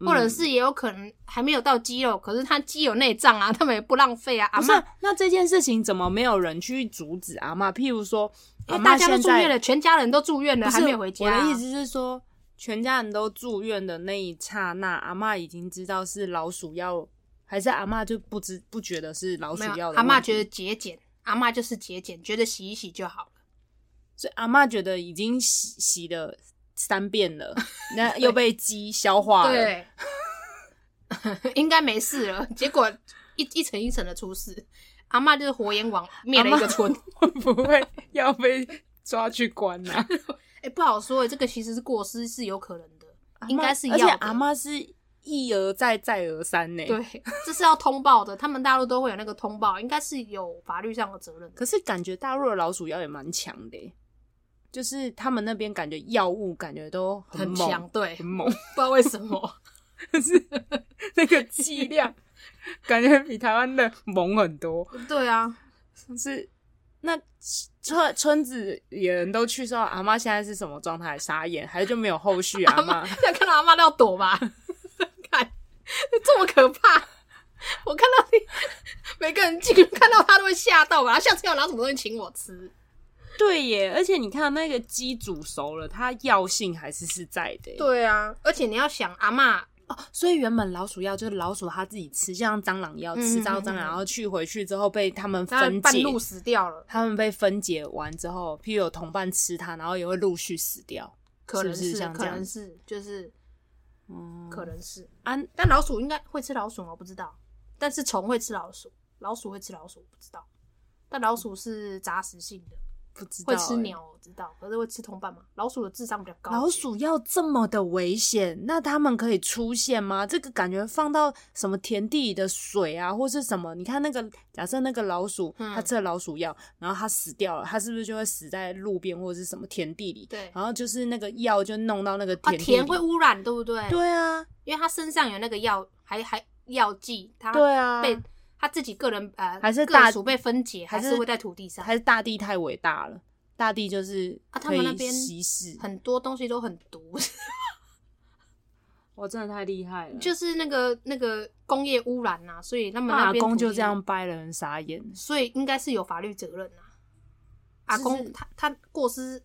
Speaker 2: 嗯
Speaker 1: 或者是也有可能还没有到鸡肉，可是它鸡有内脏啊，他们也不浪费啊，阿
Speaker 2: 不是
Speaker 1: 嬷，
Speaker 2: 那这件事情怎么没有人去阻止阿嬷？譬如说，
Speaker 1: 因
Speaker 2: 阿
Speaker 1: 为
Speaker 2: 嬷
Speaker 1: 大家都
Speaker 2: 现
Speaker 1: 住
Speaker 2: 在
Speaker 1: 院了，全家人都住院了，
Speaker 2: 不是
Speaker 1: 还没有回家啊、
Speaker 2: 我的意思是说，全家人都住院的那一刹那，阿嬷已经知道是老鼠药，还是阿嬷就不知不觉得是老鼠
Speaker 1: 啊没有
Speaker 2: 药，的
Speaker 1: 阿
Speaker 2: 问
Speaker 1: 嬷
Speaker 2: 题
Speaker 1: 觉得节俭，阿嬷就是节俭，觉得洗一洗就好了。
Speaker 2: 所以阿嬷觉得已经洗洗了三遍了， 那又被鸡消化了。，
Speaker 1: 对， 应该没事了。结果一一层一层的出事，阿嬷就是活阎王灭了一个村。
Speaker 2: 会不会要被抓去关呢、啊？
Speaker 1: 哎、不好说、这个其实是过失，是有可能的，应该是要
Speaker 2: 而且
Speaker 1: 的。
Speaker 2: 阿嬷欸是一而再再而三呢。，
Speaker 1: 对，这是要通报的，他们大陆都会有那个通报，应该是有法律上的责任的。
Speaker 2: 可是感觉大陆的老鼠药也蛮强的耶，欸就是他们那边感觉药物感觉都
Speaker 1: 很
Speaker 2: 猛，
Speaker 1: 强，对，
Speaker 2: 很
Speaker 1: 不
Speaker 2: 猛，
Speaker 1: 知道为什么。
Speaker 2: 就是 那个剂量感觉比台湾的猛很多。
Speaker 1: 对啊，
Speaker 2: 是那村村子也人都去之后，阿妈现在是什么状态？傻眼，还是就没有后续？啊阿
Speaker 1: 阿
Speaker 2: 妈
Speaker 1: 妈现在看到阿妈都要躲吧， 看这么可怕，我看到你每个人进去看到他都会吓到吧？他下次要拿什么东西请我吃？
Speaker 2: 对耶，而且你看那个鸡煮熟了，它药性还是是在的。，
Speaker 1: 对啊，而且你要想阿妈，
Speaker 2: 哦，所以原本老鼠药就是老鼠它自己吃，就像蟑螂药
Speaker 1: 嗯
Speaker 2: 吃到
Speaker 1: 嗯
Speaker 2: 蟑螂，
Speaker 1: 嗯
Speaker 2: 然后去回去之后被他们
Speaker 1: 她
Speaker 2: 分
Speaker 1: 半
Speaker 2: 解。
Speaker 1: 路死掉了，
Speaker 2: 他们被分解完之后，譬如有同伴吃它，然后也会陆续死掉。
Speaker 1: 可能
Speaker 2: 是不是像
Speaker 1: 可
Speaker 2: 这样
Speaker 1: 能是，就是
Speaker 2: 嗯，
Speaker 1: 可能是。
Speaker 2: 啊，
Speaker 1: 但老鼠应该会吃老鼠吗？我不知道。但是虫会吃老鼠，老鼠会吃老鼠，我不知道。但老鼠是杂食性的，
Speaker 2: 不知道欸
Speaker 1: 会吃
Speaker 2: 耶
Speaker 1: 鸟，我知道，可是会吃同伴吗？老鼠的智商比较高。
Speaker 2: 老鼠要这么的危险，那它们可以出现吗？这个感觉放到什么田地里的水啊，或是什么？你看那个，假设那个老鼠，
Speaker 1: 嗯
Speaker 2: 它吃了老鼠药，然后它死掉了，它是不是就会死在路边或者是什么田地里？
Speaker 1: 对
Speaker 2: 然后就是那个药就弄到那个
Speaker 1: 啊，
Speaker 2: 田地里。
Speaker 1: 田会污染，对不对？
Speaker 2: 对啊，
Speaker 1: 因为他身上有那个药，还还药剂，他
Speaker 2: 对啊，
Speaker 1: 被、他自己个人呃，
Speaker 2: 还是大
Speaker 1: 个属被分解，还
Speaker 2: 还是
Speaker 1: 是会在土地上，
Speaker 2: 还是大地太伟大了，大地就是
Speaker 1: 啊他
Speaker 2: 可
Speaker 1: 们那
Speaker 2: 以
Speaker 1: 边
Speaker 2: 稀释。
Speaker 1: 很多东西都很毒，
Speaker 2: 哇，真的太厉害了！
Speaker 1: 就是那个那个工业污染呐、所以他们
Speaker 2: 那
Speaker 1: 那
Speaker 2: 阿
Speaker 1: 边
Speaker 2: 公
Speaker 1: 土地
Speaker 2: 啊就这样，掰了，很傻眼。
Speaker 1: 所以应该是有法律责任呐、啊阿
Speaker 2: 就
Speaker 1: 公
Speaker 2: 是
Speaker 1: 他他过失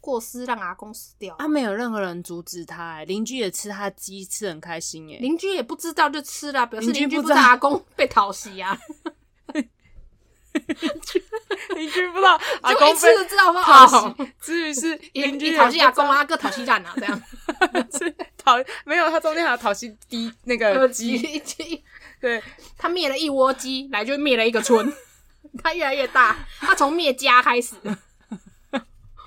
Speaker 1: 过失让阿公死掉，
Speaker 2: 啊，没有任何人阻止他、欸，邻居也吃他鸡，吃得很开心欸耶、
Speaker 1: 邻居也不知道就吃了，表示
Speaker 2: 邻居
Speaker 1: 邻居
Speaker 2: 不
Speaker 1: 不
Speaker 2: 知
Speaker 1: 知道
Speaker 2: 道
Speaker 1: 阿公被讨喜 啊，
Speaker 2: 邻居不知 道阿
Speaker 1: 就
Speaker 2: 公
Speaker 1: 一吃就知 道说哦，
Speaker 2: 喜，至于 是
Speaker 1: 也
Speaker 2: 邻居
Speaker 1: 也讨喜阿公啊，各讨喜蛋啊，这样。
Speaker 2: 是讨没有，他中间还有讨薪低那个鸡，
Speaker 1: 鸡鸡，
Speaker 2: 对，
Speaker 1: 他灭了一窝鸡，来就灭了一个村， 他越来越大，他从灭家开始。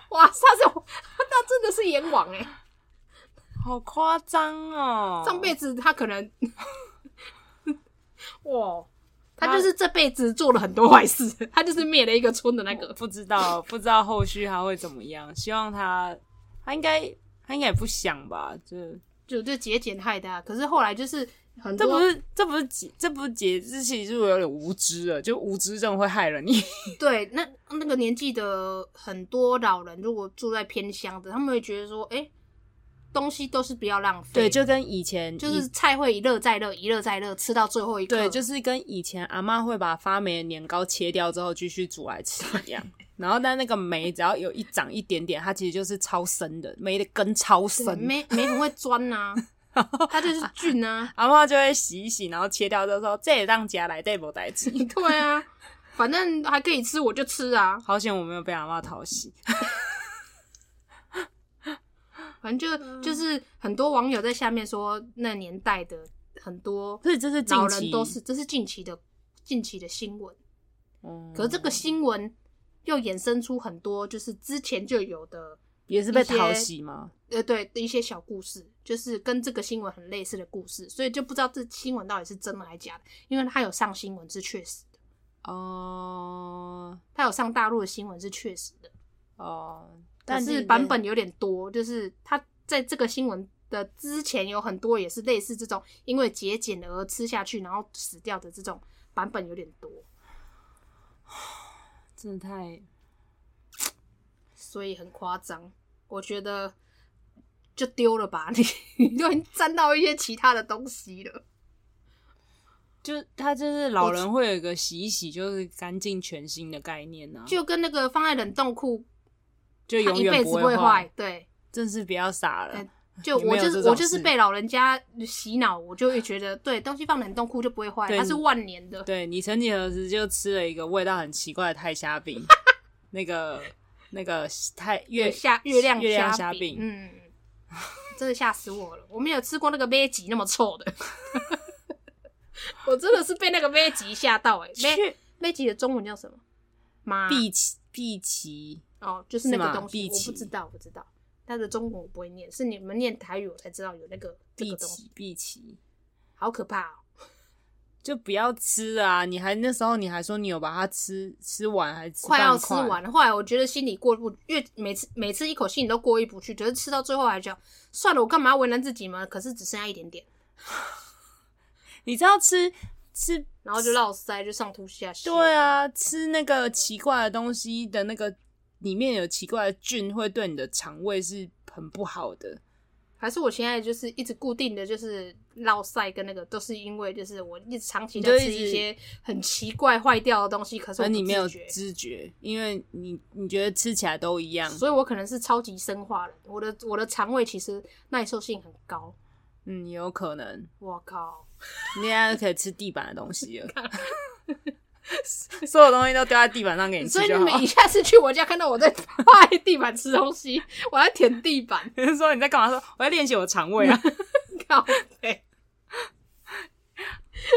Speaker 1: 哇，他是他真的是阎王哎、
Speaker 2: 哦好夸张哦，
Speaker 1: 上辈子他可 能，哇，他就是这辈子做了很多坏事，他就是灭了一个村的那个。
Speaker 2: 不知道不知道后续他会怎么样，希望他他应该他应该也不想吧，这
Speaker 1: 就就节俭害的、啊，可是后来就是很
Speaker 2: 这不
Speaker 1: 多
Speaker 2: 是这不是解这不是解，这其实有点无知了，就无知症会害了你，
Speaker 1: 对那那个年纪的很多老人，如果住在偏乡的，他们会觉得说，哎、东西都是不要浪费，
Speaker 2: 对，就跟以前
Speaker 1: 就
Speaker 2: 一
Speaker 1: 是菜会一热再热，一热再热，吃到最后一刻，
Speaker 2: 对，就是跟以前阿嬷会把发霉的年糕切掉之后继续煮来吃一 样。然后，但那个霉只要有一长一点点，它其实就是超深的，霉的根超
Speaker 1: 对
Speaker 2: 深。
Speaker 1: 没没很会钻 呐、啊，它就是菌啊，
Speaker 2: 阿嬷就会洗一洗，然后切掉之后说：“这也让家来，这也不带 吃。
Speaker 1: 对啊，反正还可以吃我就吃啊”，
Speaker 2: 好险我没有被阿嬷讨喜。
Speaker 1: 反正
Speaker 2: 嗯
Speaker 1: 就就是很多网友在下面说那年代的很多
Speaker 2: 所以这是近
Speaker 1: 老
Speaker 2: 期
Speaker 1: 人都是，这是近期的近期的新闻，
Speaker 2: 嗯
Speaker 1: 可是这个新闻又衍生出很多就是之前就有的。
Speaker 2: 也是被
Speaker 1: 一些
Speaker 2: 讨喜吗？
Speaker 1: 呃，对的一些小故事，就是跟这个新闻很类似的故事，所以就不知道这新闻到底是真的还是假的，因为它有上新闻是确实的，
Speaker 2: 哦
Speaker 1: 它有上大陆的新闻是确实的，
Speaker 2: 哦，
Speaker 1: 但
Speaker 2: 但
Speaker 1: 是版本有点多，就是它在这个新闻的之前有很多也是类似这种因为节俭而吃下去然后死掉的这种版本有点多，
Speaker 2: 真的太
Speaker 1: 所以很夸张，我觉得就丢了吧， 你你都已经沾到一些其他的东西了。
Speaker 2: 就他就是老人会有一个洗一洗就是干净全新的概念呢、啊，
Speaker 1: 就跟那个放在冷冻库，
Speaker 2: 就
Speaker 1: 它
Speaker 2: 永
Speaker 1: 一
Speaker 2: 远
Speaker 1: 辈子
Speaker 2: 不
Speaker 1: 不会
Speaker 2: 坏
Speaker 1: 坏。。对，
Speaker 2: 真是不要傻了
Speaker 1: 哎，就
Speaker 2: 你没
Speaker 1: 我
Speaker 2: 有
Speaker 1: 就
Speaker 2: 这
Speaker 1: 是
Speaker 2: 种
Speaker 1: 我就是
Speaker 2: 事
Speaker 1: 被老人家洗脑，我就会觉得对东西放冷冻库就不会坏，
Speaker 2: 对
Speaker 1: 它是万年的。
Speaker 2: 对你曾几何时就吃了一个味道很奇怪的泰虾饼，那个那个泰月
Speaker 1: 下月亮
Speaker 2: 月亮虾
Speaker 1: 饼
Speaker 2: 饼，
Speaker 1: 嗯，真的吓死我了！我没有吃过那个麦吉那么臭的， 我真的是被那个麦吉吓到哎、欸。麦
Speaker 2: 去
Speaker 1: 麦吉的中文叫什么？妈
Speaker 2: 碧琪碧琪
Speaker 1: 哦，就是那
Speaker 2: 是
Speaker 1: 个
Speaker 2: 吗
Speaker 1: 东西，
Speaker 2: 碧
Speaker 1: 我不
Speaker 2: 琪
Speaker 1: 知道，我不知道。它的中文我不会念，是你们念台语我才知道有那个这
Speaker 2: 碧
Speaker 1: 个东西，
Speaker 2: 琪碧琪，
Speaker 1: 好可怕哦！
Speaker 2: 就不要吃啊！你还那时候你还说你有把它吃吃完，还吃
Speaker 1: 快要
Speaker 2: 半
Speaker 1: 吃
Speaker 2: 块
Speaker 1: 完了。后来我觉得心里过不，越每次每次一口气你都过意不去，觉得吃到最后还觉得算了，我干嘛为难自己嘛？可是只剩下一点点，
Speaker 2: 你知道吃吃
Speaker 1: 然后就落塞，就上吐下泻。
Speaker 2: 对，啊，吃那个奇怪的东西的那个里面有奇怪的菌，会对你的肠胃是很不好的。
Speaker 1: 还是我现在就是一直固定的就是落塞跟那个，都是因为就是我一直长期
Speaker 2: 你
Speaker 1: 在
Speaker 2: 就
Speaker 1: 吃
Speaker 2: 一直
Speaker 1: 一些很奇怪坏掉的东西，可是我
Speaker 2: 而
Speaker 1: 不
Speaker 2: 你没有
Speaker 1: 自觉
Speaker 2: 知觉，因为你你觉得吃起来都一样，
Speaker 1: 所以我可能是超级生化人，我的我的肠胃其实耐受性很高。
Speaker 2: 嗯，也有可能
Speaker 1: 我靠，
Speaker 2: 你现在就可以吃地板的东西 了，所有东西都丢在地板上给你
Speaker 1: 所
Speaker 2: 吃
Speaker 1: 以
Speaker 2: 就
Speaker 1: 你
Speaker 2: 好
Speaker 1: 们。一下次去我家看到我在 趴在地板吃东西，我在舔地板，
Speaker 2: 你说你在干嘛？说我在练习我的肠胃 啊，
Speaker 1: 靠北。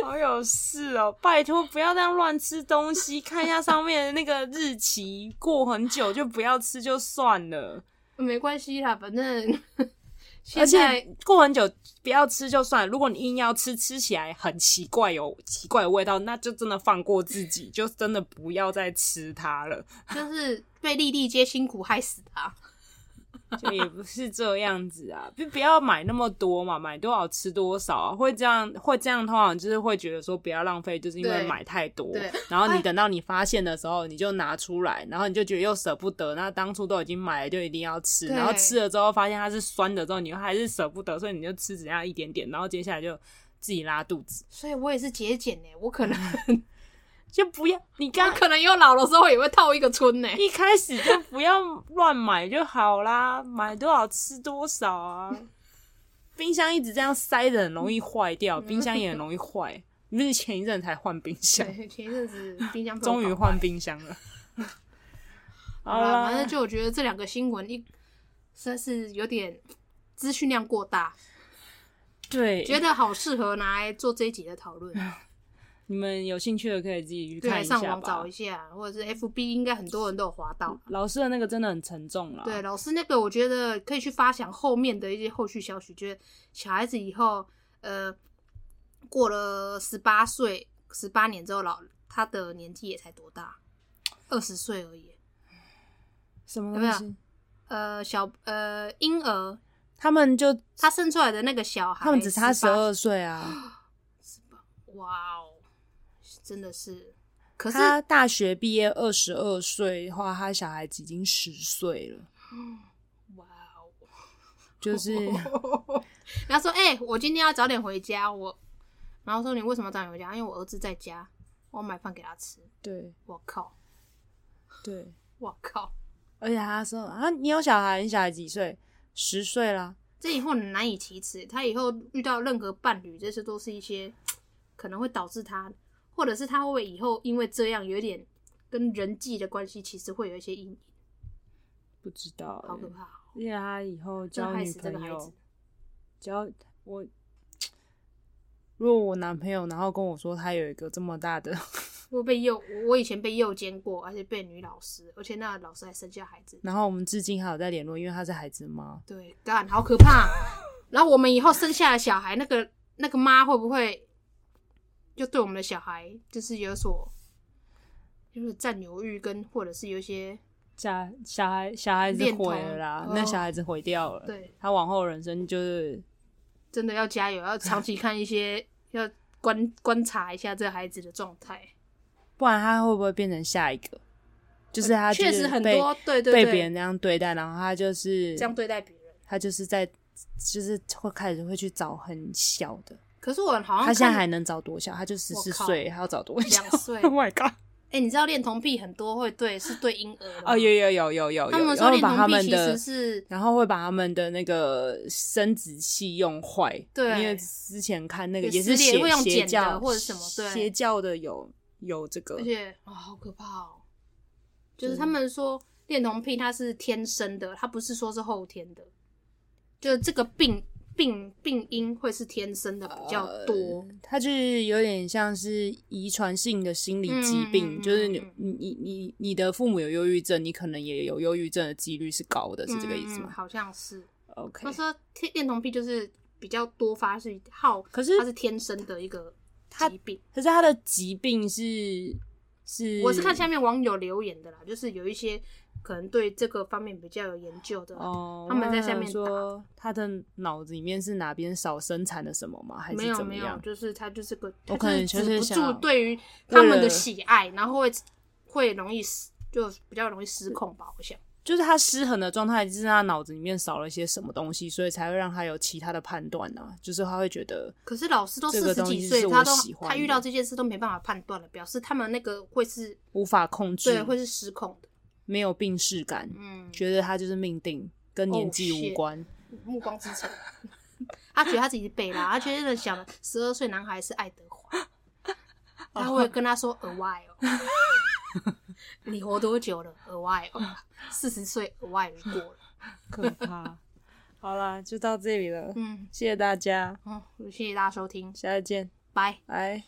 Speaker 2: 好有事哎哦！拜托不要这样乱吃东西，看一下上面的那个日期，过很久就不要吃就算了。
Speaker 1: 没关系啦，反正现
Speaker 2: 而
Speaker 1: 在
Speaker 2: 且过很久不要吃就算了，如果你硬要吃，吃起来很奇怪，有奇怪的味道，那就真的放过自己，就真的不要再吃它了。
Speaker 1: 就是被粒粒皆辛苦害死的、啊。
Speaker 2: 就也不是这样子啊，就不要买那么多嘛，买多少吃多少啊，会这样会这样，通常就是会觉得说不要浪费，就是因为
Speaker 1: 对
Speaker 2: 买太多
Speaker 1: 对，啊
Speaker 2: 然后你等到你发现的时候，你就拿出来，然后你就觉得又舍不得，那当初都已经买了，就一定要吃，
Speaker 1: 对
Speaker 2: 然后吃了之后发现它是酸的之后，你又还是舍不得，所以你就吃只剩下一点点，然后接下来就自己拉肚子，
Speaker 1: 所以我也是节俭呢，欸我可能
Speaker 2: 嗯就不要你
Speaker 1: 我
Speaker 2: 刚。
Speaker 1: 可能有老的时候也会套一个欸村呢。
Speaker 2: 一开始就不要乱买就好啦，买多少吃多少啊。冰箱一直这样塞着，很容易坏掉，冰箱也很容易坏。你不是前一阵才换冰箱，
Speaker 1: 对，前一阵子冰箱
Speaker 2: 终于换冰箱了。
Speaker 1: 好
Speaker 2: 好
Speaker 1: 了，
Speaker 2: 啦，
Speaker 1: 反正就我觉得这两个新闻一实在是有点资讯量过大，
Speaker 2: 对，
Speaker 1: 觉得好适合拿来做这一集的讨论。
Speaker 2: 你们有兴趣的可以自己去哎看
Speaker 1: 对，
Speaker 2: 一
Speaker 1: 上
Speaker 2: 下
Speaker 1: 网
Speaker 2: 吧
Speaker 1: 找一。下，或者是 FB，应该很多人都有滑到。
Speaker 2: 老师的那个真的很沉重啦。
Speaker 1: 对，老师那个我觉得可以去发想后面的一些后续消息，觉得小孩子以后呃过了十八岁、十八年之后，老他的年纪也才多大，二十岁而已。
Speaker 2: 什么
Speaker 1: 有没
Speaker 2: 东
Speaker 1: 有
Speaker 2: 西？
Speaker 1: 呃，小呃婴儿
Speaker 2: 他们就
Speaker 1: 他生出来的那个小孩，
Speaker 2: 他们只差十
Speaker 1: 18，
Speaker 2: 二岁啊。
Speaker 1: 哇哦，真的是。可是
Speaker 2: 他大学毕业二十二岁的话，他小孩子已经十岁了。
Speaker 1: 哇哦，
Speaker 2: 就是
Speaker 1: 然后说：“哎、我今天要早点回家。”我，然后说：“你为什么要早点回家？”因为我儿子在家，我要买饭给他吃。
Speaker 2: 对
Speaker 1: 我靠，
Speaker 2: 对，
Speaker 1: 我靠，
Speaker 2: 而且他说啊，你有小孩，你小孩几岁？十岁啦。
Speaker 1: 这以后很难以启齿。他以后遇到任何伴侣，这些都是一些可能会导致他，或者是他会以后因为这样有点跟人际的关系，其实会有一些阴影，
Speaker 2: 不知道、
Speaker 1: 好可
Speaker 2: 欸。
Speaker 1: 怕、哦。
Speaker 2: 而且他以后
Speaker 1: 真的
Speaker 2: 交
Speaker 1: 害
Speaker 2: 女
Speaker 1: 死这个
Speaker 2: 朋
Speaker 1: 孩子
Speaker 2: 友，，交我，如果我男朋友然后跟我说他有一个这么大的，
Speaker 1: 我被诱，我我以前被诱奸过，而且被女老师，而且那个老师还生下孩子，
Speaker 2: 然后我们至今还有在联络，因为他是孩子妈。
Speaker 1: 对，干好可怕。然后我们以后生下的小孩，那个那个妈会不会就对我们的小孩就是有所就是占有欲跟或者是有一些
Speaker 2: 小小孩小孩子
Speaker 1: 恋童
Speaker 2: 毁了啦，
Speaker 1: 哦
Speaker 2: 那小孩子毁掉了，
Speaker 1: 对，
Speaker 2: 他往后人生就是
Speaker 1: 真的要加油，要长期看一些， 要观观察一下这孩子的状态。
Speaker 2: 不然他会不会变成下一个？就是他
Speaker 1: 确
Speaker 2: 就是
Speaker 1: 实很
Speaker 2: 被
Speaker 1: 多，对对对，
Speaker 2: 被别人那样对待，然后他就是
Speaker 1: 这样对待别人。
Speaker 2: 他就是在就是会开始会去找很小的。
Speaker 1: 可是我好像
Speaker 2: 他现在
Speaker 1: 看
Speaker 2: 还能找多小？他就十四
Speaker 1: 我靠
Speaker 2: 岁，他要找多小？
Speaker 1: 两岁，
Speaker 2: Oh my god！
Speaker 1: 哎、你知道恋童癖很多会对是对婴儿的吗
Speaker 2: 哦，有有有有有，
Speaker 1: 他
Speaker 2: 有
Speaker 1: 们
Speaker 2: 然
Speaker 1: 说
Speaker 2: 后
Speaker 1: 恋
Speaker 2: 把
Speaker 1: 童
Speaker 2: 他
Speaker 1: 癖
Speaker 2: 们
Speaker 1: 其实，
Speaker 2: 的
Speaker 1: 是
Speaker 2: 然后会把他们的那个生殖器用坏。
Speaker 1: 对
Speaker 2: 因为之前看那个
Speaker 1: 有
Speaker 2: 也是
Speaker 1: 撕裂
Speaker 2: 邪
Speaker 1: 会用剪
Speaker 2: 邪
Speaker 1: 的
Speaker 2: 教
Speaker 1: 或者什么对
Speaker 2: 邪教的有有这个
Speaker 1: 而，且啊、好可怕哦！就是
Speaker 2: 真
Speaker 1: 他们说恋童癖它是天生的，它不是说是后天的，就是这个病病病因会是天生的比较
Speaker 2: 呃
Speaker 1: 多。
Speaker 2: 它就是有点像是遗传性的心理疾
Speaker 1: 嗯
Speaker 2: 病，
Speaker 1: 嗯嗯
Speaker 2: 就是你
Speaker 1: 嗯
Speaker 2: 你你你你的父母有忧郁症，你可能也有忧郁症的几率是高的，是这个意
Speaker 1: 嗯
Speaker 2: 思
Speaker 1: 嗯
Speaker 2: 吗、
Speaker 1: 好像是。
Speaker 2: o k
Speaker 1: 他说天恋童癖就是比较多发是好，
Speaker 2: 可是
Speaker 1: 它是天生的一个疾病。
Speaker 2: 可是他的疾病是是，
Speaker 1: 我是看下面网友留言的啦，就是有一些可能对这个方面比较有研究的，
Speaker 2: 哦，
Speaker 1: 他们在下面打
Speaker 2: 我想说他的脑子里面是哪边少生产了什么吗？还
Speaker 1: 没
Speaker 2: 是
Speaker 1: 有
Speaker 2: 怎么
Speaker 1: 没有，
Speaker 2: 样？
Speaker 1: 就是他就是个，
Speaker 2: 我
Speaker 1: 他
Speaker 2: 可能
Speaker 1: 就是
Speaker 2: 就
Speaker 1: 止
Speaker 2: 是
Speaker 1: 不住
Speaker 2: 想
Speaker 1: 对于他们
Speaker 2: 为了
Speaker 1: 的喜爱，然后会会容易失，就比较容易失控吧，我想。
Speaker 2: 就是他失衡的状态，就是他脑子里面少了一些什么东西，所以才会让他有其他的判断啊。就是他会觉得，
Speaker 1: 可是老师都
Speaker 2: 这
Speaker 1: 四
Speaker 2: 个
Speaker 1: 十
Speaker 2: 东
Speaker 1: 几
Speaker 2: 西
Speaker 1: 岁
Speaker 2: 是，我
Speaker 1: 他都
Speaker 2: 喜欢
Speaker 1: 他遇
Speaker 2: 的
Speaker 1: 到这件事都没办法判断了，表示他们那个会是
Speaker 2: 无法控制，
Speaker 1: 对会是失控的。
Speaker 2: 没有病视感，
Speaker 1: 嗯，
Speaker 2: 觉得他就是命定，跟年纪
Speaker 1: Oh, shit
Speaker 2: 无关。
Speaker 1: 目光之城， 他觉得他自己是贝拉，他觉得那小十二岁男孩是爱德华，他会跟他说 a while，你 活多久了 a while，四十岁 a while 就过了。
Speaker 2: 可怕。好啦，就到这里了，
Speaker 1: 嗯，
Speaker 2: 谢谢大家，
Speaker 1: 好，谢谢大家收听，
Speaker 2: 下次见，
Speaker 1: 拜。
Speaker 2: 拜。